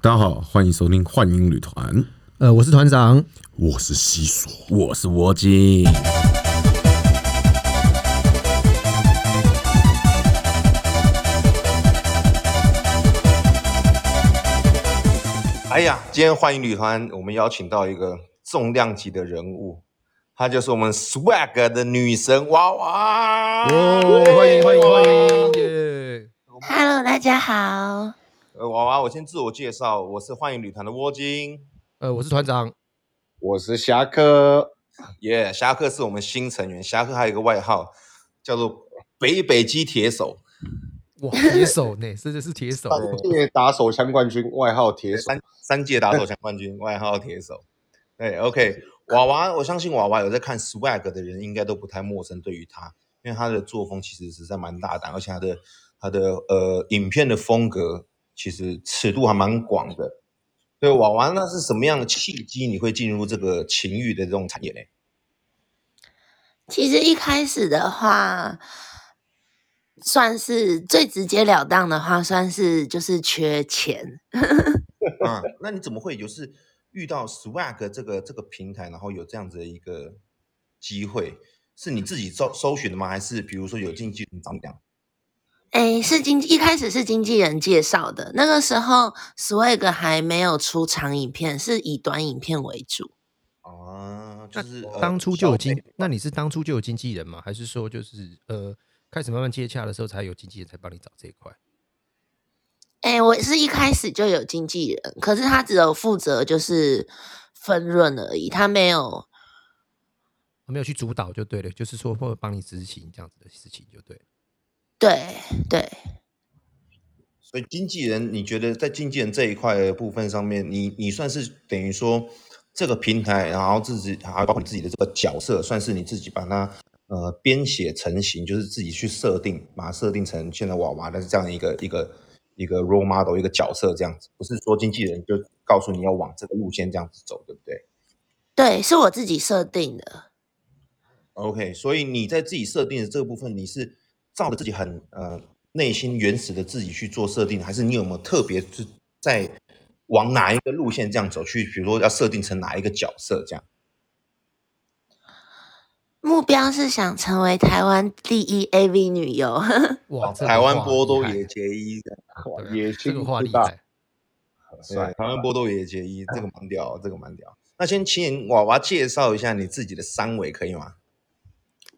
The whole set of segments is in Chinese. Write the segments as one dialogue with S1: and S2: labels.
S1: 大家好，欢迎收听幻影旅团，
S2: 呃，我是团长，
S1: 我是西索。
S3: 我是窝精。
S4: 哎呀，今天欢迎旅团，我们邀请到一个重量级的人物，她就是我们 swag 的女神娃娃。
S2: 哦
S4: 哦
S2: 欢迎欢迎欢迎，耶！
S5: Hello，大家好，
S4: 呃，娃娃，我先自我介绍，我是欢迎旅团的窝精。
S2: 呃，我是团长，
S6: 我是侠客，
S4: 耶、侠客是我们新成员，侠客还有一个外号叫做北北基铁手，
S2: 哇，铁手呢， 真的是铁手，
S6: 三届打手枪冠军，外号铁手。
S4: 三三届打手枪冠军，外号铁手。对，OK，娃娃，我相信娃娃有在看 swag 的人应该都不太陌生，对于他，因为他的作风其实实在蛮大胆，而且他的他的呃影片的风格其实尺度还蛮广的。对，娃娃，那是什么样的契机你会进入这个情欲的这种产业呢？
S5: 其实一开始的话，算是最直截了当的话，算是就是缺钱。
S4: 啊，那你怎么会就是遇到 Swag 这个这个平台，然后有这样子的一个机会？是你自己搜搜寻的吗？还是比如说有经纪人找你这样？
S5: 哎，是经一开始是经纪人介绍的，那个时候 Swag 还没有出长影片，是以短影片为主。
S4: 啊，
S2: 那
S4: 就是、
S2: 当初就有经
S4: 经，
S2: 那你是当初就有经纪人吗？还是说就是呃，开始慢慢接洽的时候才有经纪人才帮你找这一块？
S5: 哎，我是一开始就有经纪人，可是他只有负责就是分润而已，他没有
S2: 没有去主导就对了，就是说会帮你执行这样子的事情就对了。
S5: 对对。
S4: 所以经纪人，你觉得在经纪人这一块的部分上面，你你算是等于说这个平台，然后自己还有包括你自己的这个角色，算是你自己把它呃编写成型，就是自己去设定，把它设定成现在娃娃的这样一个一个一个 role model 一个角色这样子，不是说经纪人就告诉你要往这个路线这样子走，对不对？
S5: 对，是我自己设定的。
S4: OK，所以你在自己设定的这个部分，你是照着自己很呃内心原始的自己去做设定，还是你有没有特别是在往哪一个路线这样走去？比如说要设定成哪一个角色这样？
S5: 目标是想成为台湾第一 AV 女优。
S2: 哇，这个
S4: 台湾
S2: 话
S4: 波多
S2: 厉害
S4: 野结衣这样，
S2: 对啊
S6: 野
S2: 这个
S6: 心
S2: 话
S6: 之
S2: 厉
S6: 大
S2: 害，
S4: 对，台湾波多野 结衣这个蛮屌，这个蛮屌。那先请娃娃介绍一下你自己的三围可以吗？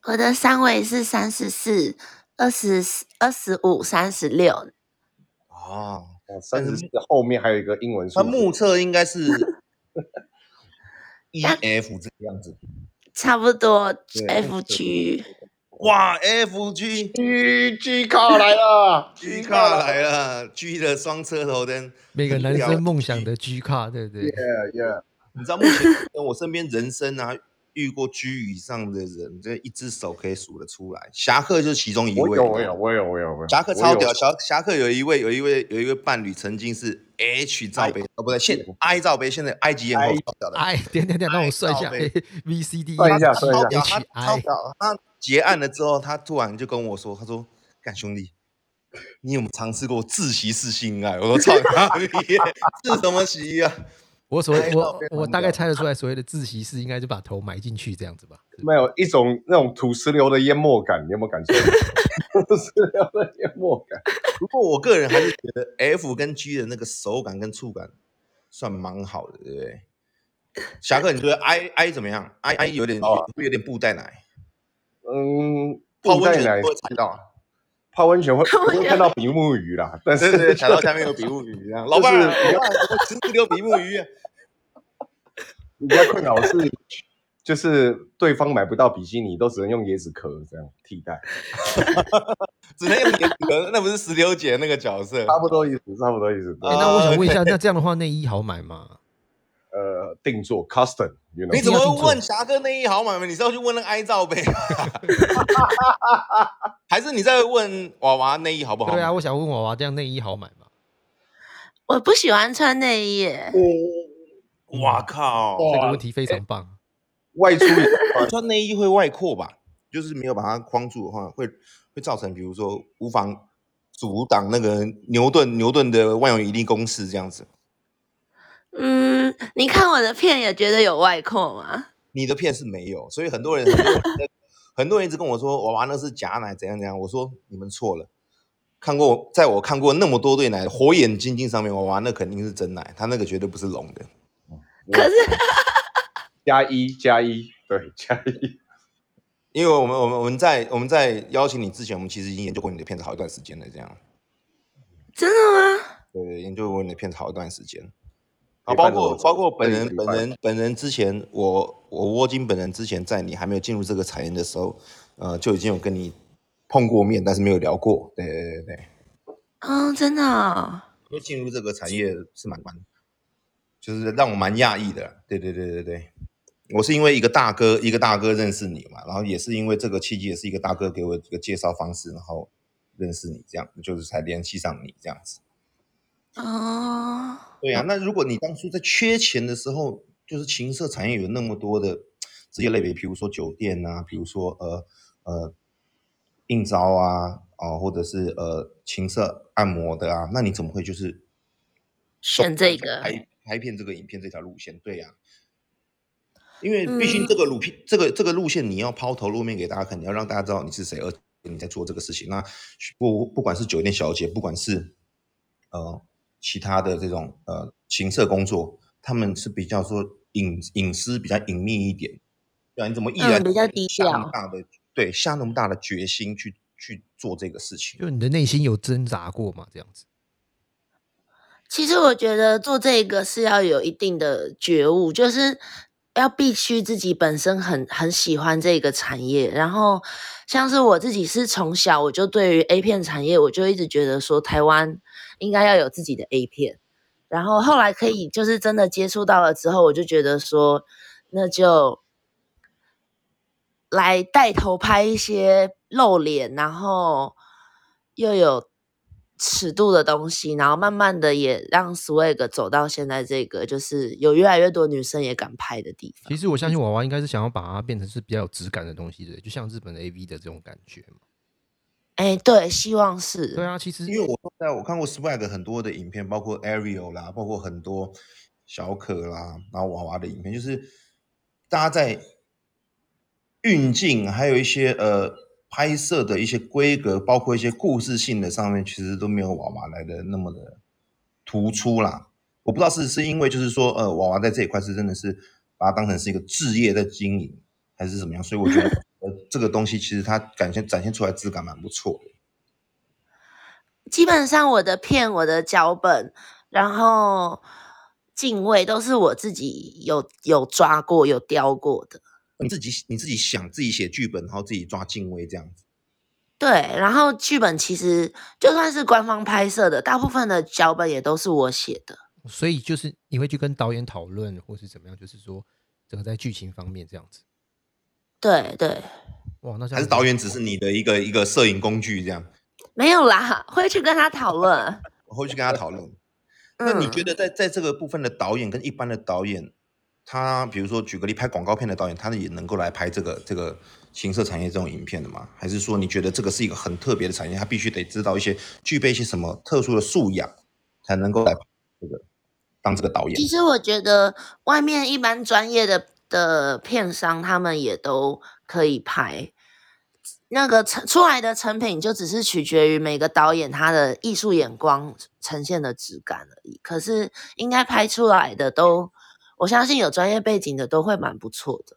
S5: 我的三围是三十四、二十、二十五、三十六。
S4: 哦，
S6: 三十四后面还有一个英文数
S4: 那
S6: 字
S4: 目测应 该是 E F 这个样子。
S5: 差不多
S4: 对
S5: F 区，
S4: 哇，F G。
S6: G G 卡来了
S4: G 卡来了，G 的双车头灯。
S2: 每个男
S4: 屌
S2: 生梦想的 G 卡，对不对？
S6: ，Yeah
S4: 你知道目前我身边人生啊遇过 G 以上的人，这一只手可以数得出来。侠客就是其中一
S6: Yeah，我
S4: 位。
S6: 有我有。我有我有我有，
S4: 侠客超屌，
S6: 我有
S4: 侠侠客有一位有一位有一位伴侣曾经是 H 罩杯，哦不对，现 I 罩杯，现在 I 级 M
S6: 哎
S4: 超屌的，
S2: 哎，等等等，让我算一下
S4: 哎
S2: ，V C D，
S6: 算一下算一
S4: 超
S6: 下
S4: 屌，他
S2: HI
S4: 超屌。他结案了之后，他突然就跟我说，他说：“干兄弟，你有没有尝试过自习式性爱？”我说：“操你妈逼， 是什么习啊？”
S2: 我所谓
S4: 拍照
S2: 我
S4: 片
S2: 我
S4: 很
S2: 大概
S4: 屌
S2: 猜得出来，所谓的自习室应该就把头埋进去这样子吧。
S6: 没有一种那种土石流的淹没感，你有没有感受？ 土石流的淹没感，
S4: 不过我个人还是觉得 F 跟 G 的那个手感跟触感算蛮好的，对不对？侠客，你觉得 I I 怎么样？I I 有点
S6: 哦
S4: 会有点布袋奶，
S6: 嗯，
S4: 泡
S6: 布
S4: 温
S6: 袋
S4: 泉
S6: 奶
S4: 不会踩到啊，
S6: 泡温泉会会看到比目鱼啦，但
S4: 对
S6: 是
S4: 对对，踩到下面有比目鱼这样。老板，老板，我十四六比目鱼啊，
S6: 比较困扰是，就是对方买不到比基尼，都只能用椰子壳这样替代，
S4: 只能用颜值，那不是石榴姐那个角色。
S6: 差不多意思，差不多意思。对
S2: 哎
S4: 啊
S2: 那我想问一下，那这样的话内衣好买吗？
S6: 呃，定做 custom，you
S4: 你
S6: know，
S4: 怎么
S2: 一定要定
S4: 会
S2: 做
S4: 问侠哥内衣好买吗？你是要去问那个 I 罩杯吗， 还是你在问娃娃内衣好不好？
S2: 对啊，，我想问娃娃，这样内衣好买吗？
S5: 我不喜欢穿内衣耶。
S4: 哇靠！
S2: 这个问题
S4: 哎
S2: 非常棒。
S6: 外出也
S4: 穿呃内衣会外扩吧，就是没有把它框住的话，会会造成比如说无法阻挡那个牛顿牛顿的万有引力公式这样子。
S5: 嗯，你看我的片也觉得有外扩吗？
S4: 你的片是没有，所以很多人很多人在很多人一直跟我说，娃娃那是假奶，怎样怎样。我说你们错了，看过，在我看过那么多对奶，火眼金睛上面，娃娃那肯定是真奶，他那个绝对不是龙的。
S5: 可是
S6: 加一加一，对加一，
S4: 因为我们我们我们在我们在邀请你之前，我们其实已经研究过你的片子好一段时间了，这样
S5: 真的吗？
S4: 对，研究过你的片子好一段时间。啊，
S6: 陪
S4: 包
S6: 伴了我
S4: 括包括本
S6: 这一
S4: 人
S6: 个礼
S4: 本
S6: 拜
S4: 人本人之前，我我窝金本人之前，在你还没有进入这个产业的时候，呃，就已经有跟你碰过面，但是没有聊过。对对对对，
S5: 哦，真的哦，
S4: 因为进入这个产业是蛮蛮，就是让我蛮讶异的。对对对对对，我是因为一个大哥一个大哥认识你嘛，然后也是因为这个契机，也是一个大哥给我一个介绍方式，然后认识你这样，就是才联系上你这样子。
S5: 哦，
S4: 对啊，那如果你当初在缺钱的时候，就是情色产业有那么多的职业类别，比如说酒店啊，比如说呃呃应招啊，哦、或者是呃情色按摩的啊，那你怎么会就是
S5: 选这个
S4: 啊拍拍片这个影片这条路线？对呀、因为毕
S5: 嗯
S4: 竟这个路片、这个这个路线你要抛头露面给大家看，你要让大家知道你是谁，而且你在做这个事情。那不不管是酒店小姐，不管是呃其他的这种呃情色工作，他们是比较说隐隐私比较隐秘一点，对啊，你怎么毅然、
S5: 嗯比较低
S4: 下那么
S5: 调
S4: 大的对下那么大的决心去去做这个事情？
S2: 就你的内心有挣扎过吗？这样子，
S5: 其实我觉得做这个是要有一定的觉悟，就是要必须自己本身很很喜欢这个产业。然后像是我自己是从小我就对于 A 片产业，我就一直觉得说台湾应该要有自己的 A 片。然后后来可以就是真的接触到了之后，我就觉得说那就来带头拍一些露脸，然后又有尺度的东西，然后慢慢的也让 Swag 走到现在这个，就是有越来越多女生也敢拍的地
S2: 其
S5: 方。
S2: 实我相信娃娃应该是想要把它变成是比较有质感的东西的，就像日本的 A V 的这种感觉嘛。
S5: 哎，对，希望是。
S2: 对啊，其实
S4: 因为我在我看过 Swag 很多的影片，包括 Ariel 啦，包括很多小可啦，然后娃娃的影片，就是大家在运镜，还有一些呃拍摄的一些规格，包括一些故事性的上面，其实都没有娃娃来的那么的突出啦。我不知道是是因为就是说呃娃娃在这一块是真的是把它当成是一个置业在经营，还是怎么样？所以我觉得呃这个东西其实它展现展现出来质感蛮不错的。
S5: 基本上我的片、我的脚本，然后敬畏都是我自己有有抓过、有雕过的。
S2: 嗯
S4: 你自己你自己想自己写剧本，然后自己抓敬畏这样子。
S5: 对，然后剧本其实就算是官方拍摄的，大部分的脚本也都是我写的。
S2: 所以就是你会去跟导演讨论，或是怎么样，就是说整个在剧情方面这样子。
S5: 对对，
S2: 哇，那这样
S4: 还是
S2: 子哦
S4: 导演只是你的一个一个摄影工具这样，
S5: 没有啦， 会去跟他讨论。
S4: 我会去跟他 讨论。那你觉
S5: 嗯
S4: 得在在这个部分的导演跟一般的导演，他比如说举个例，拍广告片的导演，他也能够来拍这个这个情色产业这种影片的吗？还是说你觉得这个是一个很特别的产业，他必须得知道一些具备一些什么特殊的素养，才能够来拍这个当这个导演
S5: 其？实我觉得外面一般专业的的片商，他们也都可以拍。那个成出来的成品，就只是取决于每个导演他的艺术眼光呈现的质感而已。可是应该拍出来的都，我相信有专业背景的都会蛮不错的。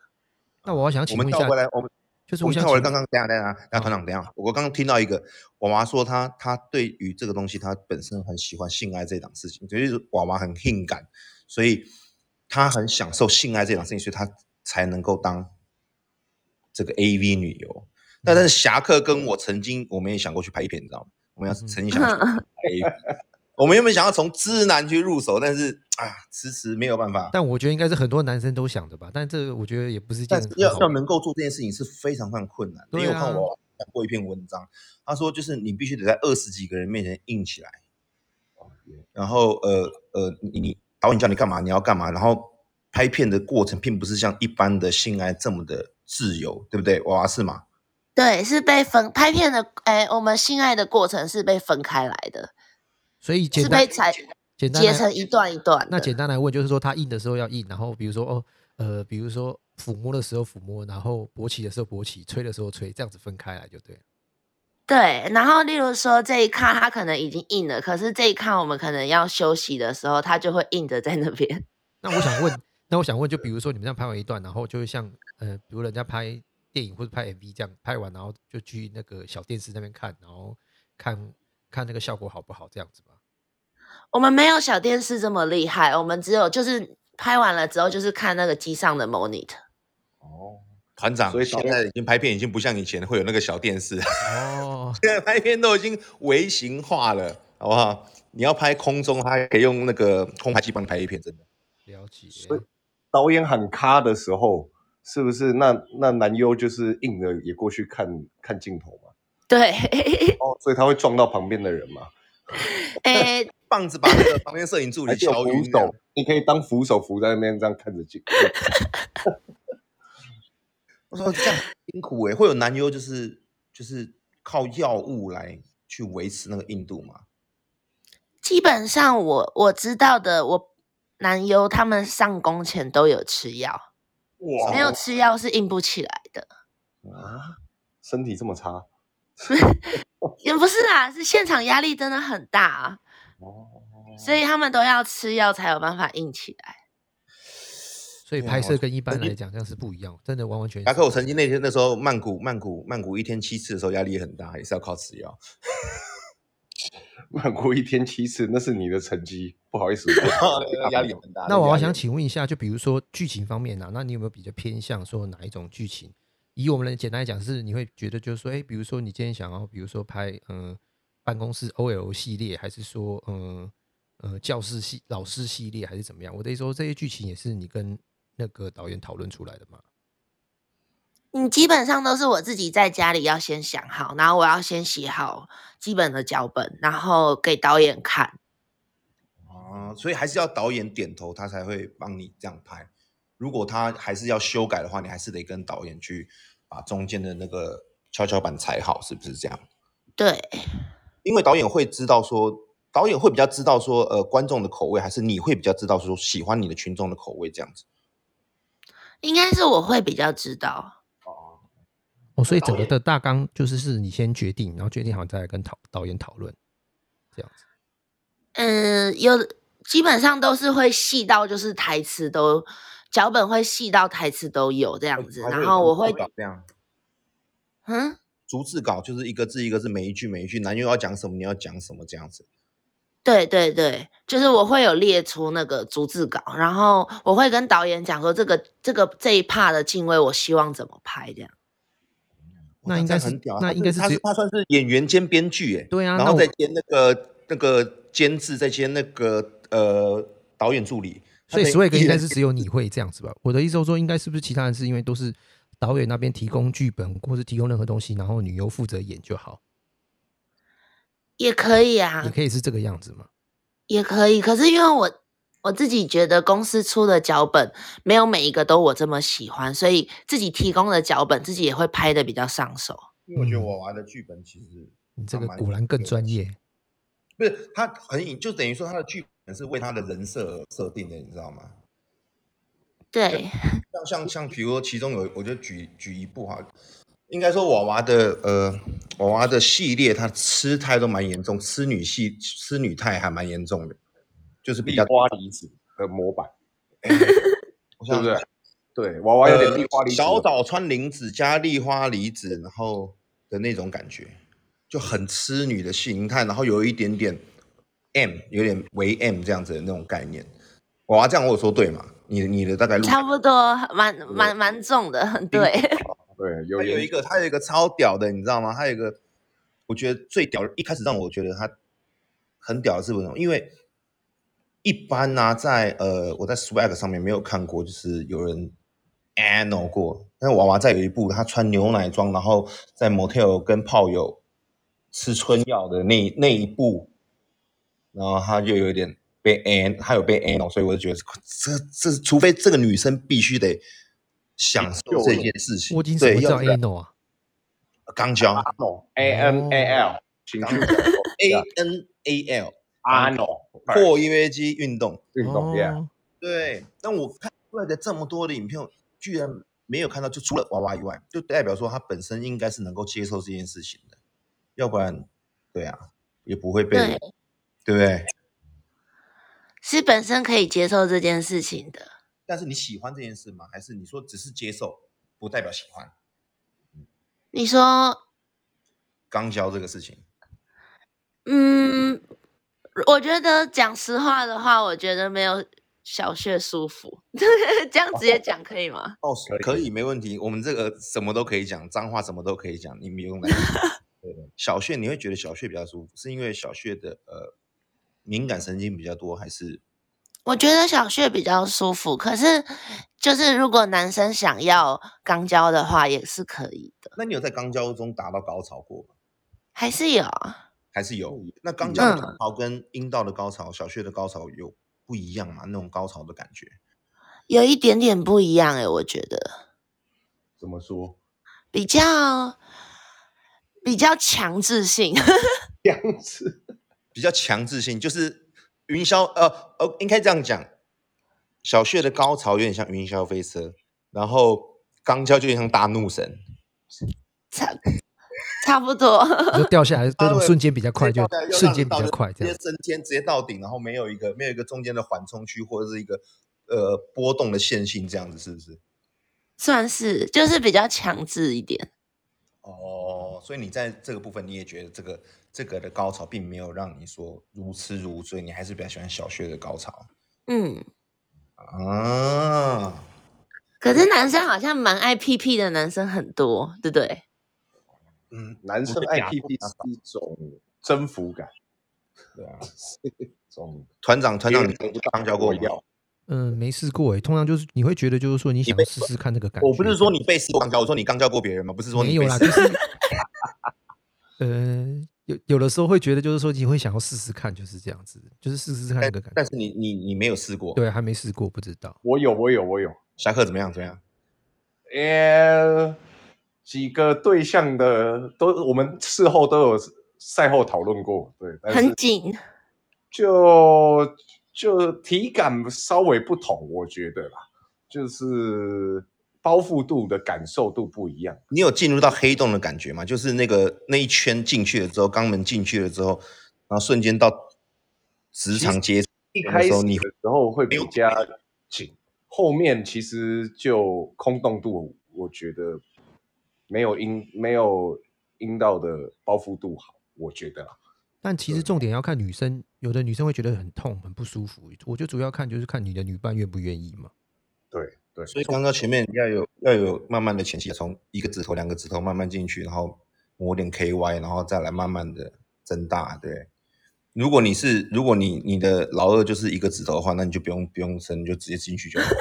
S2: 那我要想
S4: 我
S2: 请问
S4: 们
S2: 一
S4: 倒
S2: 下，
S4: 回来，我们
S2: 就是
S4: 我
S2: 我
S4: 们
S2: 想
S4: 跳
S2: 请嗯
S4: 回来刚刚，等一下等一下，等一下团长等一下，啊我刚刚听到一个娃娃说他他对于这个东西他本身很喜欢性爱这档事情，就是娃娃很性感，所以他很享受性爱这档事情，所以他才能够当这个 AV 女优。那
S2: 嗯
S4: 但是侠客跟我曾经我们也想过去拍片，你知道吗？我
S2: 嗯
S4: 们要是曾经想过去拍 AV，我们原本想要从知男去入手，但是啊，迟迟没有办法。
S2: 但我觉得应该是很多男生都想的吧，但这个我觉得也不是一件
S4: 但是
S2: 很
S4: 要
S2: 好
S4: 要
S2: 的
S4: 能够做这件事情是非常非常困难的。
S2: 对
S4: 因为我
S2: 啊
S4: 看我看过一篇文章，他说就是你必须得在二十几个人面前硬起来，然后呃呃，你你导演叫你干嘛，你要干嘛，然后拍片的过程并不是像一般的性爱这么的自由，对不对？娃娃是吗？
S5: 对，是被分拍片的，哎，我们性爱的过程是被分开来的，
S2: 所以简
S5: 是
S2: 单
S5: 被裁
S2: 简单
S5: 截
S2: 来
S5: 成一段一段
S2: 那
S5: 的
S2: 简单来问，就是说它印的时候要印，然后比如说哦，呃，比如说抚摸的时候抚摸，然后勃起的时候勃起，吹的时候吹，这样子分开来就对了。
S5: 对，然后例如说这一看它可能已经硬了，可是这一看我们可能要休息的时候，它就会硬着在那边。
S2: 那我想问，那我想问，就比如说你们这样拍完一段，然后就会像呃，比如人家拍电影或者拍 MV 这样拍完，然后就去那个小电视那边看，然后看看那个效果好不好，这样子吧。
S5: 我们没有小电视这么厉害，我们只有就是拍完了之后就是看那个机上的 monitor。
S6: 哦，
S4: 团长
S6: 所以
S4: 现
S6: 导演
S4: 在已经拍片，已经不像以前会有那个小电视， 现
S2: 哦，
S4: 在拍片都已经微型化了，好不好？你要拍空中，它还可以用那个空拍机帮你拍一片，真的。
S2: 了解。
S6: 所以 导演喊咔的时候，是不是那那男优就是硬着也过去看看镜头嘛？
S5: 对，
S6: 哦，所以他会撞到旁边的人嘛？
S5: 诶、
S4: 棒子把那个旁边摄影助
S6: 还
S4: 理
S6: 是有
S4: 敲
S6: 扶
S4: 晕
S6: 手
S4: 了。，
S6: 你可以当扶手扶在那边这样看着镜。
S4: 我说这样很辛苦哎、会有男优就是就是靠药物来去维持那个硬度嘛？
S5: 基本上我我知道的，我男优他们上工前都有吃药，
S6: 哇
S5: 没有吃药是硬不起来的。
S6: 啊，身体这么差
S5: 也不是啦，是现场压力真的很大啊，
S6: 哦，
S5: 所以他们都要吃药才有办法硬起来。
S2: 所以
S4: 对啊
S2: 拍
S4: 我
S2: 摄跟一般
S4: 曾经
S2: 来讲这样是不一样，真的完完全全
S4: 达
S2: 是不
S4: 克，
S2: 一样。
S4: 我曾经那天那时候曼谷曼谷曼谷一天七次的时候压力也很大，也是要靠吃 药。
S6: 满过一天七次，那是你的成绩，不好意 思，啊
S4: 压力很大。
S2: 那我
S4: 压
S2: 要
S4: 力
S2: 想
S4: 很
S2: 请问一下，就比如说剧情方面啊，那你有没有比较偏向说哪一种剧情？以我们来简单来讲，是你会觉得就是说，哎，比如说你今天想要，比如说拍嗯、呃办公室 OL 系列，还是说嗯呃教室系老师系列，还是怎么样？我的意思说，这些剧情也是你跟那个导演讨论出来的嘛？
S5: 嗯，基本上都是我自己在家里要先想好，然后我要先写好基本的脚本，然后给导演看。
S4: 啊，所以还是要导演点头，他才会帮你这样拍。如果他还是要修改的话，你还是得跟导演去把中间的那个跷跷板踩好，是不是这样？
S5: 对，
S4: 因为导演会知道说，导演会比较知道说，呃，观众的口味，还是你会比较知道说喜欢你的群众的口味这样子。
S5: 应该是我会比较知道。
S2: 哦，所以整个的大纲就是是你先决定，然后决定好再来跟讨导演讨论，这样子。
S5: 嗯，有基本上都是会细到就是台词都脚本会细到台词都有这样子，
S4: 还
S5: 然
S4: 有
S5: 后我
S4: 逐字
S5: 会
S4: 稿这样
S5: 嗯，
S4: 逐字稿，就是一个字一个字，每一句每一句，男优要讲什么，你要讲什么这样子。
S5: 对对对，就是我会有列出那个逐字稿，然后我会跟导演讲说这个这个这一 part 的敬畏，我希望怎么拍这样。
S4: 哇
S2: 那应
S4: 这
S2: 该
S4: 样
S2: 是
S4: 很屌啊，
S2: 那
S4: 他
S2: 应该是
S4: 他
S2: 只
S4: 是
S2: 有
S4: 他算是演员兼编剧耶，
S2: 对啊
S4: 然
S2: 那
S4: 后
S2: 我
S4: 再兼那个那个监制，再兼那个呃导演助理，他
S2: 所以
S4: 等于
S2: 所有个
S4: 一
S2: 应该
S4: 人
S2: 是只有你会这样子吧？我的意思是说，应该是不是其他人是因为都是导演那边提供剧本或是提供任何东西，然后女优负责演就好，
S5: 也可以啊，
S2: 也可以是这个样子嘛？
S5: 也可以，可是因为我我自己觉得公司出的脚本没有每一个都我这么喜欢，所以自己提供的脚本自己也会拍的比较上手。
S4: 因为我觉得我娃的剧本其实
S2: 你这个
S4: 啊蛮
S2: 果然更专业。
S4: 不是他很引，就等于说他的剧本是为他的人设而设定的，你知道吗？
S5: 对，
S4: 像像像，比如说其中有，我就举举一部哈，应该说娃娃的呃娃娃的系列，他吃态都蛮严重，吃女系吃女态还蛮严重的，就是比
S6: 壁
S4: 较
S6: 花离子的模板，
S4: 我
S6: 对
S4: 想
S6: 不对？对，娃娃有点壁花离子的模
S4: 呃小
S6: 板，
S4: 岛川绫子加丽花离子，然后的那种感觉，就很痴女的形态，然后有一点点 M，有点为 M 这样子的那种概念。哇，这样我有说对吗？你你的大概路
S5: 差不多，蛮蛮蛮重的。 对，
S6: 对，有
S4: 他有
S6: 有
S4: 一个，他有一个超屌的，你知道吗？他有一个，我觉得最屌的，一开始让我觉得他很屌的是为什么？因为一般呢、在呃，我在 Swag 上面没有看过，就是有人 anal 过。但娃娃在有一部，他穿牛奶装，然后在 motel 跟炮友吃春药的那那一部，然后他就有点被 an，他有被 anal，所以我就觉得这这，除非这个女生必须得。享受这件事情，
S2: 我已经什
S4: 对，
S2: 么
S4: 要
S2: 叫
S4: 不然
S2: ano 啊？
S4: 肛交
S6: 哦 A N A L 情绪
S4: A N A L
S6: 阿诺
S4: 括约肌运动。
S6: 运动量，
S2: 哦
S4: 对，但我看出来的这么多的影片，居然没有看到，就除了娃娃以外，就代表说他本身应该是能够接受这件事情的，要不然，对啊，也不会被，
S5: 对
S4: 对不对？
S5: 是本身可以接受这件事情的。
S4: 但是你喜欢这件事吗？还是你说只是接受，不代表喜欢
S5: 你说，
S4: 肛交这个事情？
S5: 嗯，我觉得讲实话的话，我觉得没有小穴舒服。 这样直接讲可以吗？
S4: 哦，
S6: 可以
S4: 可以，没问题。我们这个什么都可以讲，脏话什么都可以讲，你不用担心。 对的，小穴你会觉得小穴比较舒服，是因为小穴的呃敏感神经比较多，还是
S5: 我觉得小穴比较舒服，可是就是如果男生想要肛交的话，也是可以的，
S4: 那你有在肛交中达到高潮过吗？
S5: 还是有啊。
S4: 还是有？那肛
S6: 嗯
S4: 交的高潮跟阴道的高潮、小穴的高潮有不一样吗？那种高潮的感觉？
S5: 有一点点不一样诶、欸我觉得
S6: 怎么说？
S5: 比较比较强制性，
S6: 这样子，
S4: 比较强制性，就是云霄呃呃，应该这样讲，小穴的高潮有点像云霄飞车，然后肛交就有点像大怒神，
S5: 差差不多。
S2: 你说哦掉下 来那种
S4: 对
S2: 瞬间比较快，就
S4: 直接到达
S2: 瞬间比较
S4: 又让
S2: 快，
S4: 你
S2: 这
S4: 到直
S2: 样
S4: 接升天，直接到顶，然后没有一个没有一个中间的缓冲区或者是一个呃波动的线性，这样子是不是？
S5: 算是，就是比较强制一点。
S4: 哦，所以你在这个部分你也觉得这个这个的高潮并没有让你说如痴如醉，你还是比较喜欢小穴的高潮
S5: 嗯，
S4: 啊？
S5: 可是男生好像蛮爱屁屁的男生很多，对不对？
S4: 嗯，
S6: 男生爱 PP 是一啊种征服感，
S4: 对啊，
S6: 是一种
S4: 团长团长，你
S6: 别人
S4: 刚交过
S6: 我
S4: 吗？
S6: 要，
S2: 嗯，没试过诶，通常就是你会觉得就是说你想要
S4: 被
S2: 试试看那个感觉。
S4: 我不是说你被试过肛交，我说你肛交过别人吗？不是说
S2: 没
S4: 你
S2: 有
S4: 被
S2: 啦，
S4: 试
S2: 就是 呃，有有的时候会觉得就是说你会想要试试看，就是这样子，就是试试看那
S4: 但
S2: 个感觉
S4: 但。是你你你没有试过，，
S2: 对，啊还没试过，不知道。
S6: 我有，我有，我有，
S4: 侠客怎么样？怎么样？
S6: 呃，几个对象的都，我们事后都有赛后讨论过，对，但是
S5: 很紧，
S6: 就就体感稍微不同，我觉得啦，就是包覆度的感受度不一样。
S4: 你有进入到黑洞的感觉吗？就是那个那一圈进去了之后，肛门进去了之后，然后瞬间到直肠接触
S6: 一
S4: 的
S6: 开始
S4: 时候，
S6: 的
S4: 你
S6: 时候会比较紧，后面其实就空洞度，我觉得没有阴没有阴道的包覆度好，我觉得啦。
S2: 但其实重点要看女生，有的女生会觉得很痛、很不舒服。我就主要看就是看你的女伴愿不愿意嘛。
S6: 对对，
S4: 所以刚刚前面要有要有慢慢的前期，从一个指头、两个指头慢慢进去，然后抹点 KY，然后再来慢慢的增大。对，如果你是如果你你的老二就是一个指头的话，那你就不用不用伸，你就直接进去就好了。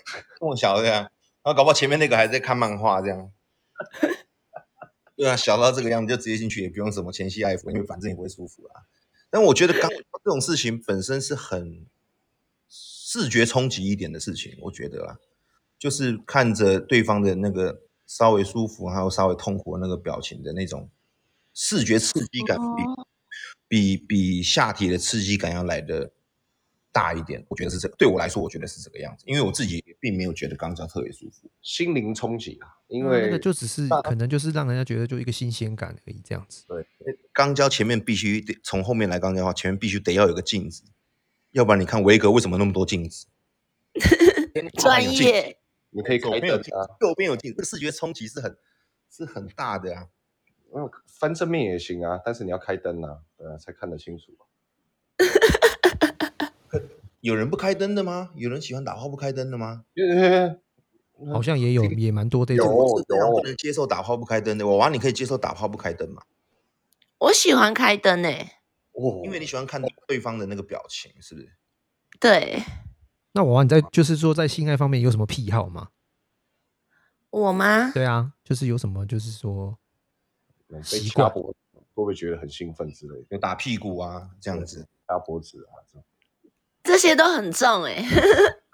S4: 这么小对啊，然后搞不好前面那个还在看漫画这样。对啊，小到这个样子就直接进去，也不用什么前戏爱抚，因为反正也不会舒服啊。但我觉得刚这种事情本身是很视觉冲击一点的事情，我觉得啦，就是看着对方的那个稍微舒服，还有稍微痛苦的那个表情的那种视觉刺激感比，比比下体的刺激感要来的大一点。我觉得是这对我来说，我觉得是这个样子，因为我自己也并没有觉得肛交特别舒服。
S6: 心灵冲击啊，因
S2: 那
S6: 为、
S2: 那个就只是可能就是让人家觉得就一个新鲜感而已，这样子。
S4: 肛交前面必须得从后面来肛交的话，前面必须得要有个镜子，要不然你看维格为什么那么多镜子？
S5: 专
S4: 有镜
S5: 业。
S6: 你可以
S4: 左
S6: 开
S4: 边
S6: 灯
S4: 有镜
S6: 啊，，
S4: 右边有镜，这个视觉冲击是很是很大的啊。
S6: 嗯翻正面也行啊，但是你要开灯啊，对啊，才看得清楚、
S4: 有人不开灯的吗？有人喜欢打炮不开灯的吗？
S6: 因
S2: 好像也有也蛮多这
S6: 有
S2: 种。
S4: 我是非常
S6: 有
S4: 不能接受打炮不开灯的。娃娃，你可以接受打炮不开灯吗？
S5: 我喜欢开灯欸诶、
S6: 哦，
S4: 因为你喜欢看到对方的那个表情，是不是？
S5: 对
S2: 那我你在就是说在性爱方面有什么癖好吗？
S5: 我吗？
S2: 对啊，就是有什么就是说
S6: 被
S2: 习
S6: 掐
S2: 惯
S6: 脖子会不会觉得很兴奋之类的？
S4: 有打屁股啊，这样子，
S6: 掐脖子啊，这种
S5: 这些都很重欸诶、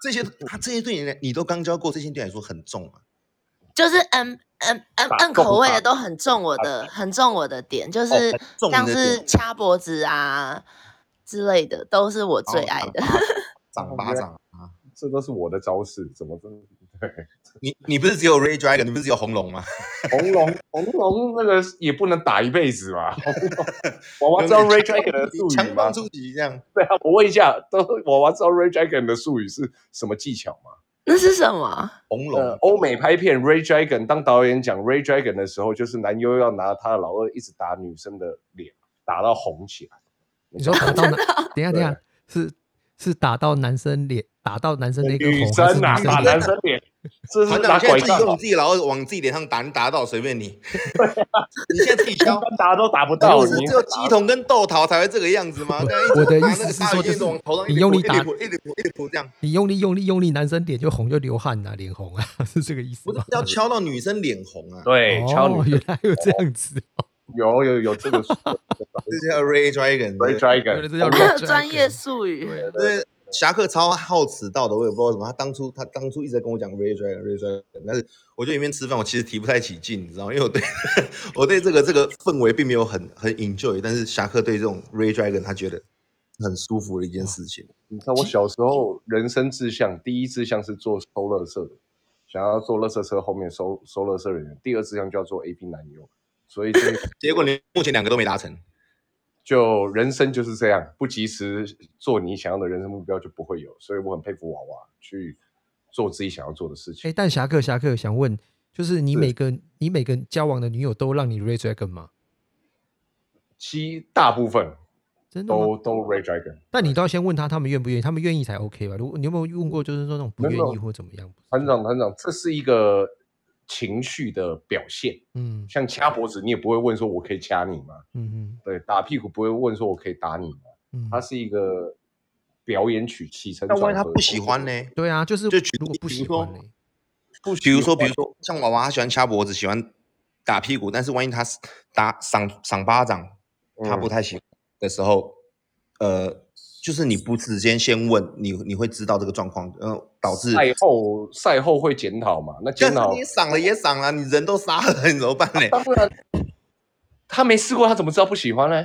S4: 这些他、这些对你来你都刚教过，这些对你来说很重啊。
S5: 就是嗯嗯嗯
S6: 打
S5: 嗯口
S6: 动
S5: 味
S6: 吧
S5: 的都哦很重我的很重我的点，就是
S4: 重
S5: 像
S4: 你的点
S5: 是掐脖子啊，之类的，都是我最爱的。
S4: 长巴掌啊！
S6: 这都是我的招式，怎么真？
S4: 你你不是只有 Ray Dragon，你不是只有红龙吗？
S6: 红龙，红龙那个也不能打一辈子嘛。红龙， 娃娃知道 Ray Dragon 的术语
S4: 强
S6: 吗
S4: 棒？出击这样，
S6: 对啊，我问一下，都娃娃知道 Ray Dragon 的术语是什么技巧吗？
S5: 那是什么？
S4: 红龙、
S6: 呃，欧美拍片 Ray Dragon 当导演讲 Ray Dragon 的时候，就是男优要拿他的老二一直打女生的脸，打到红起来。
S2: 你说打到男，等一下等一下，是是打到男生脸，打到男生的一个
S6: 女
S2: 红，
S6: 生
S2: 还是
S6: 啊，
S2: 女
S6: 打
S2: 生
S6: 男生脸，这是
S4: 团
S6: 拿
S4: 长，你现
S6: 拐
S4: 在自己用
S6: 杖啊吧
S4: 你自己老二往自己脸上打，你打得到随便你。你现在自己
S6: 一
S4: 敲，
S6: 般打都打不到
S4: 不
S6: 你
S4: 是。只有鸡桶跟豆桃才会这个样子吗？
S2: 我的
S4: 这样
S2: 意
S4: 一直拿那
S2: 思是
S4: 个大
S2: 说，就
S4: 鱼一
S2: 是
S4: 直往头上一
S2: 你
S4: 直
S2: 用
S4: 扑
S2: 力
S4: 一直
S2: 打，
S4: 扑一直扑一直扑这样，
S2: 你用力用力用力，男生脸就红就流汗呐、脸红啊， 是这个意思
S4: 不是
S2: 吗？
S4: 要敲到女生脸红啊？
S6: 对，敲
S2: 哦，
S6: 哎女
S2: 原
S6: 的
S2: 来有这样子哦，
S6: 有有有这个
S4: 这叫 Ray Dragon。
S6: Ray
S2: 原
S6: Dragon，
S2: 来这叫
S5: 还
S2: Ray
S5: 有专业
S2: Dragon
S5: 术语。
S2: 对啊
S4: 因为侠客超好迟到的，我也不知道为什么。他当初他当初一直在跟我讲 Ray Dragon Ray Dragon，但是我就一面吃饭，我其实提不太起劲，你知道吗？因为我对 我对这个这个氛围并没有很很 enjoy，但是侠客对这种 Ray Dragon 他觉得很舒服的一件事情。
S6: 你知道我小时候人生志向，第一志向是做收垃圾的，想要做垃圾车后面收收垃圾人员；第二志向就要做 A B 男优，所以这
S4: 结果你目前两个都没达成，
S6: 就人生就是这样，不及时做你想要的人生目标就不会有。所以我很佩服娃娃去做自己想要做的事
S2: 哎，
S6: 情。
S2: 但侠客侠客想问，就是你
S6: 是
S2: 每个你每个交往的女友都让你 Ray Dragon 吗？
S6: 其大部分
S2: 真的吗？
S6: 都都 Ray Dragon，
S2: 但你都要先问他，他们愿不愿意，他们愿意才 OK 吧？如果你有没有问过，就是说那种不
S6: 没
S2: 愿
S6: 有
S2: 意或怎么样？
S6: 团长团长，这是一个情绪的表现。
S2: 嗯
S6: 像掐脖子，你也不会问说我可以掐你吗？
S2: 嗯
S6: 对，打屁股不会问说我可以打你吗？
S2: 嗯
S6: 它
S2: 嗯，
S6: 是一个表演曲起承
S4: 但
S6: 转合。
S4: 万一他不喜欢呢？
S2: 对啊，就是
S4: 就举
S2: 如果不
S4: 比
S2: 喜
S4: 如说
S2: 欢嘞，
S6: 不喜
S4: 比
S6: 欢
S4: 如说，比如说像娃娃，他喜欢掐脖子，喜欢打屁股，但是万一他打赏赏巴掌，他不
S6: 嗯
S4: 太喜欢的时候，呃，就是你不事先先问你，你会知道这个状况，呃，导致。
S6: 赛后赛后会检讨嘛？那
S4: 但
S6: 检
S4: 是
S6: 讨
S4: 你赏了也赏了，你人都杀了，你怎么 办呢？
S6: 当然，他没试过，他怎么知道不喜欢呢？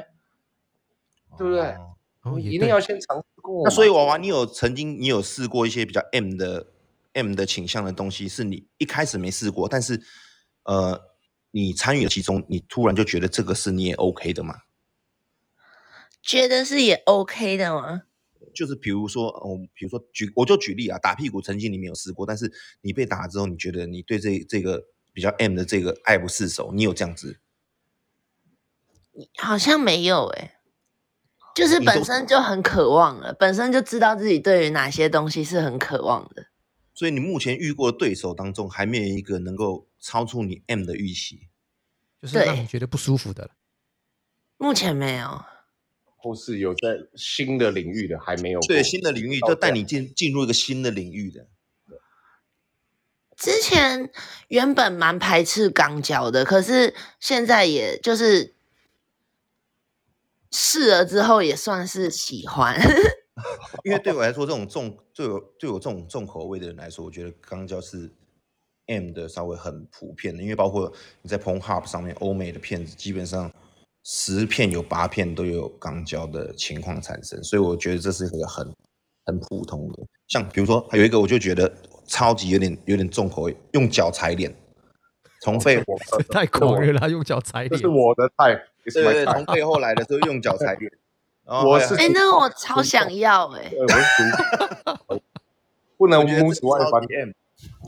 S6: 对不对
S4: 哦
S2: 哦，
S6: 我
S2: 也
S6: 一定
S2: 对
S6: 要先尝试过
S4: 那
S6: 嘛。
S4: 所以娃娃，你有曾经你有试过一些比较 M 的 M 的倾向的东西，是你一开始没试过，但是呃，你参与了其中，你突然就觉得这个是你也 OK 的吗？
S5: 觉得是也 OK 的吗？
S4: 就是比如说，嗯，比如说举，我就举例啊，打屁股曾经你没有试过，但是你被打之后，你觉得你对这这个比较 M 的这个爱不释手，你有这样子？
S5: 好像没有诶、就是
S4: 你
S5: 本
S4: 都
S5: 身就很渴望了，本身就知道自己对于哪些东西是很渴望的。
S4: 所以你目前遇过的对手当中，还没有一个能够超出你 M 的预期。
S2: 就是让你
S5: 对
S2: 觉得不舒服的 了。
S5: 目前没有，
S6: 或是有在新的领域的还没有过
S4: 对新的领域，
S6: 到
S4: 就带
S6: 这样
S4: 你进进入一个新的领域的。
S5: 之前原本蛮排斥肛交的，可是现在也就是试了之后也算是喜欢。
S4: 因为对我来说，这种重对我对我这种重口味的人来说，我觉得肛交是 M 的稍微很普遍的，因为包括你在 Pornhub 上面，欧美的片子基本上十片有八片都有肛交的情况产生，所以我觉得这是一个很很普通的。像比如说，还有一个我就觉得超级有点有点重口味，用脚踩脸，从背后
S2: 这 太狂热了，他用脚踩
S6: 啊这
S2: 脸
S6: 是。我的菜，it's
S4: 对
S6: my
S4: 对，
S6: type，
S4: 对从背后来的时候用脚踩 脸。然后
S6: 我
S4: 还有
S6: 是
S5: 哎、那 我超想要哎、
S6: 对，我是主，不能
S4: 我觉得
S6: 母
S4: 这
S6: 子外
S4: 超
S6: 翻
S4: 级。M。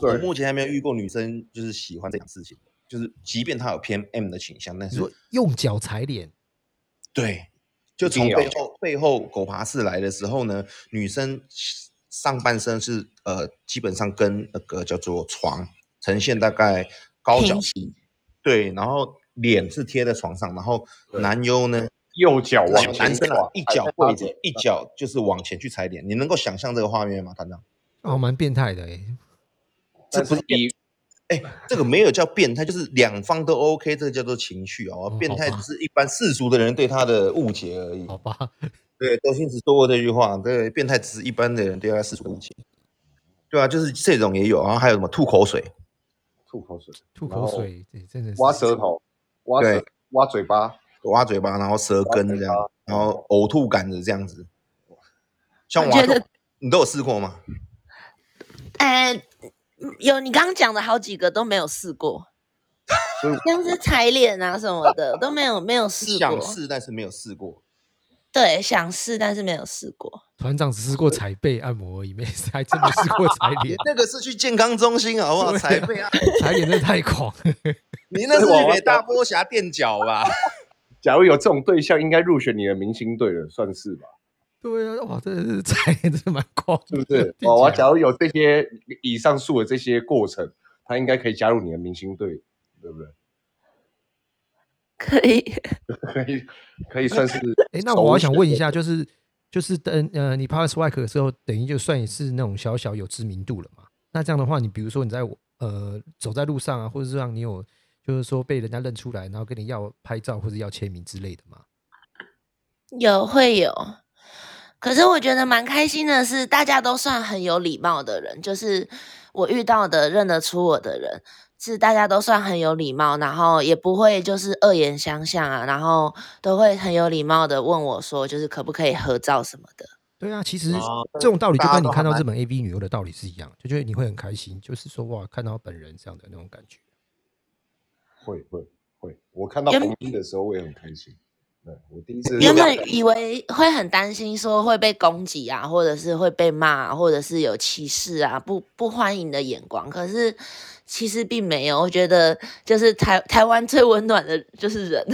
S4: 我
S6: 对，
S4: 目前还没有遇过女生就是喜欢这种事情，就是即便她有偏 M 的倾向，但
S2: 你
S4: 是
S2: 说用脚踩脸，
S4: 对，就
S6: 嗯一
S4: 从背
S6: 定要
S4: 后背后狗爬式来的时候呢，女生上半身是呃基本上跟那个叫做床呈现大概高脚
S5: 平行
S4: 对，然后脸是贴在床上，然后
S6: 对
S4: 男优呢
S6: 右脚往
S4: 男
S6: 前
S4: 男生啊
S6: 跨
S4: 一
S6: 踩
S4: 脚
S6: 在
S4: 跪
S6: 他
S4: 着
S6: 腿，
S4: 一脚就是往前去踩脸，你能够想象这个画面吗，团长？
S2: 哦，蛮变态的哎。
S4: 这
S6: 但
S4: 不
S6: 是
S4: 是
S6: 比
S4: 哎，这个没有叫变态，就是两方都 OK，这个叫做情绪哦。
S2: 嗯
S4: 变态
S2: 好吧
S4: 只是一般世俗的人对他的误解而已。
S2: 好吧，
S4: 对，周星驰说过这句话，对，变态只是一般的人对他世俗的误解。对啊，就是这种也有，然啊后还有什么吐口水，
S6: 吐口水，
S2: 吐
S6: 然
S2: 口
S6: 后
S2: 水，这真的是
S6: 挖舌头，挖舌
S4: 对，
S6: 挖嘴巴，
S4: 挖嘴巴，然后舌
S6: 挖
S4: 根
S6: 嘴
S4: 这样
S6: 巴，
S4: 然后呕吐感的这样子。像
S5: 我
S4: 我
S5: 觉得
S4: 你都有试过吗？
S5: 哎、有你刚刚讲的好几个都没有试过，
S6: 所以
S5: 像是踩脸啊什么的都没有没有试过
S4: 想。试，但是没有试过。，
S5: 对，想试但是没有试过。
S2: 团长只试过踩背按摩而已，没事，还真没试过踩脸
S4: 那个是去健康中心好不好？
S2: 对啊
S4: 才被啊！
S2: 踩脸真的太狂了。
S4: 你那是
S6: 对我
S4: 去给大波侠垫脚吧？
S6: 假如有这种对象，应该入选你的明星队了，算是吧？
S2: 对啊， 哇，真的是踩脸真的蛮狂的，
S6: 是不 是？
S2: 听
S6: 哦，
S2: 起
S6: 我
S2: 来
S6: 假如有这些以上述的这些过程，他应该可以加入你的明星队，对不对？
S5: 可以，
S6: 可以，可以算是首选。
S2: 哎，那我还想问一下，就是就是等呃，你 pass w a c k 的时候，等于就算是那种小小有知名度了嘛？那这样的话，你比如说你在我呃走在路上啊，或者是让你有就是说被人家认出来，然后跟你要拍照或者要签名之类的嘛？
S5: 有会有，可是我觉得蛮开心的是，大家都算很有礼貌的人，就是我遇到的认得出我的人，是大家都算很有礼貌，然后也不会就是恶言相向啊，然后都会很有礼貌的问我说，就是可不可以合照什么的。
S2: 对啊，其实
S4: 哦
S2: 这种道理就
S4: 大家
S2: 跟你
S4: 都还
S2: 看到
S4: 蛮
S2: 日本 A V 女优的道理是一样，就觉得你会很开心，就是说哇，看到本人这样的那种感觉。
S6: 会会会，我看到
S5: 原
S6: 红衣的时候，我也很开心。对，我第一次
S5: 原本以为会很担心说会被攻击啊，或者是会被骂、啊，或者是有歧视啊、不不欢迎的眼光，可是其实并没有。我觉得就是台台湾最温暖的就是人，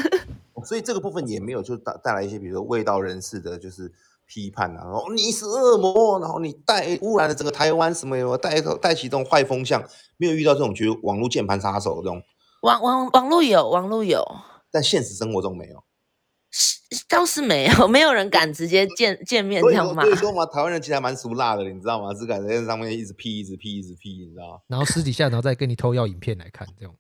S4: 所以这个部分也没有就带带来一些，比如说未到人士的，就是批判啊，然后你是恶魔，然后你带污染了整个台湾什么有带带起这种坏风向，没有遇到这种觉得网络键盘杀手这种，
S5: 网网网络有网络有，
S4: 但现实生活中没有。
S5: 是倒是没有， 没有人敢直接见见面
S4: 所
S5: 这
S4: 以
S5: 样
S4: 说，
S5: 骂
S4: 所。以说嘛，台湾人其实还蛮俗辣的，你知道吗？只敢在上面一直批，一直批，一直批，你知道吗？
S2: 然后私底下，然后再跟你偷要影片来看，这种，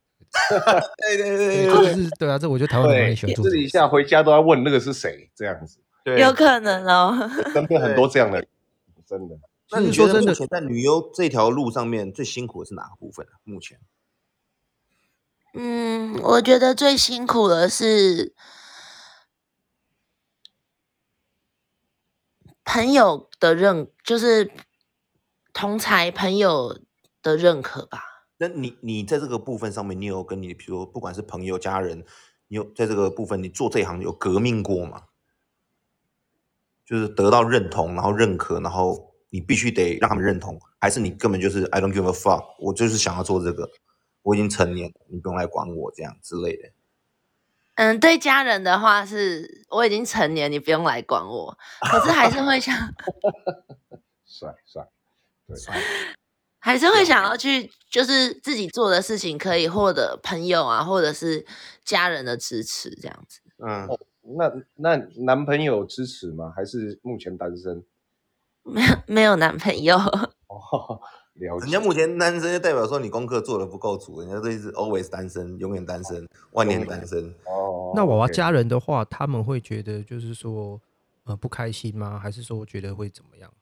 S4: 对对对
S2: 对，
S4: 对
S2: 就是对啊，这我觉得台湾人
S6: 对
S2: 很喜欢做
S6: 私
S2: 这
S6: 底
S2: 种
S6: 下回家都要问那个是谁，这样子，
S4: 对。
S5: 有可能哦，
S6: 身边很多这样的人，真的。
S4: 那
S2: 其
S4: 你
S2: 实
S4: 觉
S2: 说
S4: 得
S2: 真
S4: 目
S2: 的，
S4: 前在女优这条路上面最辛苦的是哪个部分、啊？目前
S5: 嗯，我觉得最辛苦的是朋友的认，就是同才朋友的认可吧。
S4: 那你你在这个部分上面，你有跟你比如说不管是朋友、家人，你有在这个部分你做这一行有革命过吗？就是得到认同，然后认可，然后你必须得让他们认同，还是你根本就是 I don't give a fuck，我就是想要做这个，我已经成年了，你不用来管我这样之类的。
S5: 嗯，对家人的话是我已经成年，你不用来管我。可是还是会想，
S6: 帅帅，对，
S5: 还是会想要去，就是自己做的事情可以获得朋友啊，或者是家人的支持，这样子。
S4: 嗯，
S6: 那那男朋友支持吗？还是目前单身？
S5: 没有没有男朋友，
S6: 哦，了
S4: 人家
S6: 解。
S4: 目前单身就代表说你功课做的不够足，人家都一直 always 单身，永远单身，万年单身。
S6: 哦，
S2: 那娃娃
S6: OK
S2: 家人的话，他们会觉得就是说，呃，不开心吗？还是说觉得会怎么样？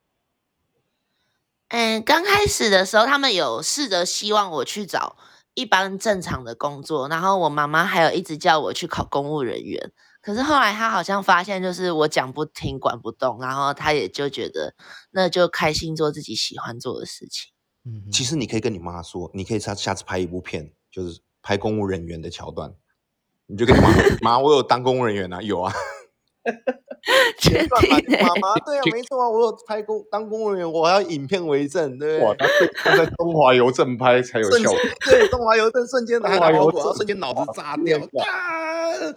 S5: 嗯，刚开始的时候，他们有试着希望我去找一般正常的工作，然后我妈妈还有一直叫我去考公务人员。可是后来她好像发现，就是我讲不听、管不动，然后她也就觉得那就开心做自己喜欢做的事情。
S2: 嗯，
S4: 其实你可以跟你妈说，你可以下下次拍一部片，就是拍公务人员的桥段，你就跟你妈说 妈，我有当公务人员啊，有啊，
S5: 确
S4: 算吧
S5: 定、欸、
S4: 妈妈，对啊，没错啊，我有拍公当公务人员，我还要影片为证，对不
S6: 哇，
S4: 对？
S6: 他对他在中华邮政拍才有
S4: 瞬
S6: 效
S4: 间
S6: 果。
S4: 对，中华邮政瞬 间拿
S6: 中华
S4: 到包
S6: 邮
S4: 裹，然后
S6: 政
S4: 瞬间脑子炸
S6: 哇
S4: 掉，
S6: 那个
S4: 啊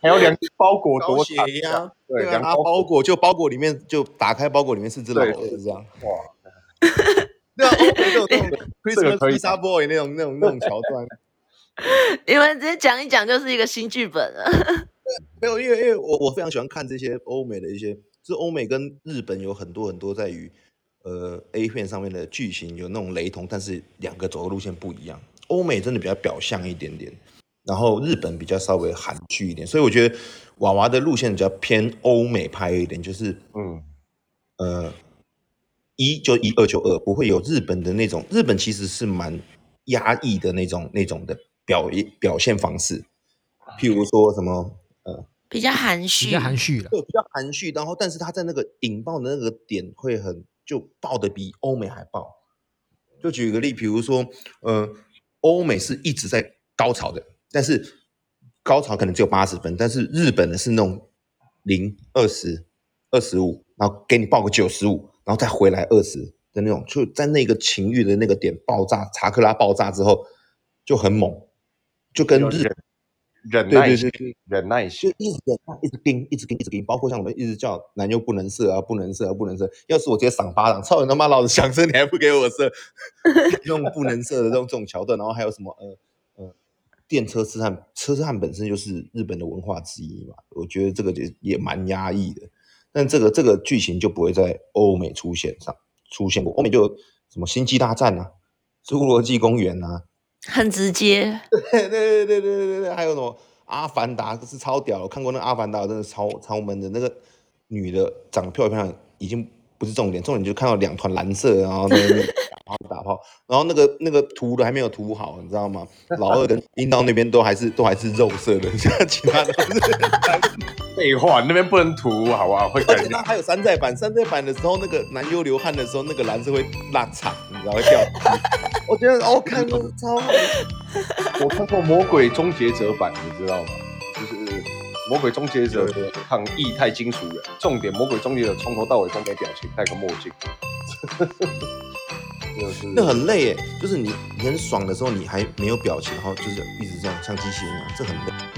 S6: 还有两只包裹
S4: 高
S6: 多
S4: 血
S6: 惨
S4: 压
S6: 呀！，对，
S4: 对啊，
S6: 两
S4: 拿包裹就包裹里面就打开包裹里面是只老
S6: 对
S4: 虎，是这样，
S6: 哇，
S4: 对啊，欧美都有这种
S6: 这个
S4: Christmas
S6: 可以
S4: Pizza Boy 那种那种那种桥段，
S5: 你们直接讲一讲就是一个新剧本了。
S4: 没有，因为因为我我非常喜欢看这些欧美的一些，就是欧美跟日本有很多很多在于呃 A 片上面的剧情有那种雷同，但是两个走的路线不一样。欧美真的比较表象一点点，然后日本比较稍微含蓄一点，所以我觉得娃娃的路线比较偏欧美派一点，就是
S6: 嗯，
S4: 呃，一就一，二就二，不会有日本的那种。日本其实是蛮压抑的那种那种的表表现方式，譬如说什么呃
S5: 比较含蓄，
S2: 比较含蓄了。
S4: 对，比较含蓄，然后但是他在那个引爆的那个点会很就爆的比欧美还爆。就举一个例，比如说，呃，欧美是一直在高潮的，但是高潮可能只有八十分，但是日本的是那种零、二十、二十五，然后给你报个九十五，然后再回来二十的那种，就在那个情欲的那个点爆炸，查克拉爆炸之后就很猛，就跟
S6: 要
S4: 日
S6: 忍忍
S4: 对
S6: 耐
S4: 对
S6: 心
S4: 对对，
S6: 忍耐
S4: 就
S6: 心。
S4: 一直给他一直盯，一直盯，一直盯，包括像我们一直叫男优不能射啊，不能射啊，不能射。要是我直接赏巴掌，操你他妈老子想射你还不给我射， 这种不能射的这种这种桥段，然后还有什么呃呃电车痴汉，车痴汉本身就是日本的文化之一嘛，我觉得这个也也蛮压抑的。但这个这个剧情就不会在欧美出现上出现过，欧美就有什么星际大战啊、侏罗纪公园啊，
S5: 很直接。
S4: 对对对对对对对，还有什么《阿凡达》是超屌，我看过那《阿凡达》真的超超闷的，那个女的长得漂不漂亮已经不是重点，重点就是看到两团蓝色，然后在那边打炮 打炮，然后那个那个涂的还没有涂好，你知道吗？老二跟阴道那边都还是都还是肉色的， 其他都是。
S6: 废话，那边不能涂，好不好？会感
S4: 而 且它
S6: 染
S4: 还有山寨版，山寨版的时候，那个男优流汗的时候，那个蓝是会拉长，你知道会掉。我觉得哦，看都 超好的。
S6: 我看过《魔鬼终结者》版，你知道吗？就是《魔鬼终结者》的抗液态金属人，重点《魔鬼终结者》从头到尾都没表情，戴个墨镜， 就是
S4: 那很累耶，就是你你很爽的时候，你还没有表情，然后就是一直这样像机器人一样，这很累。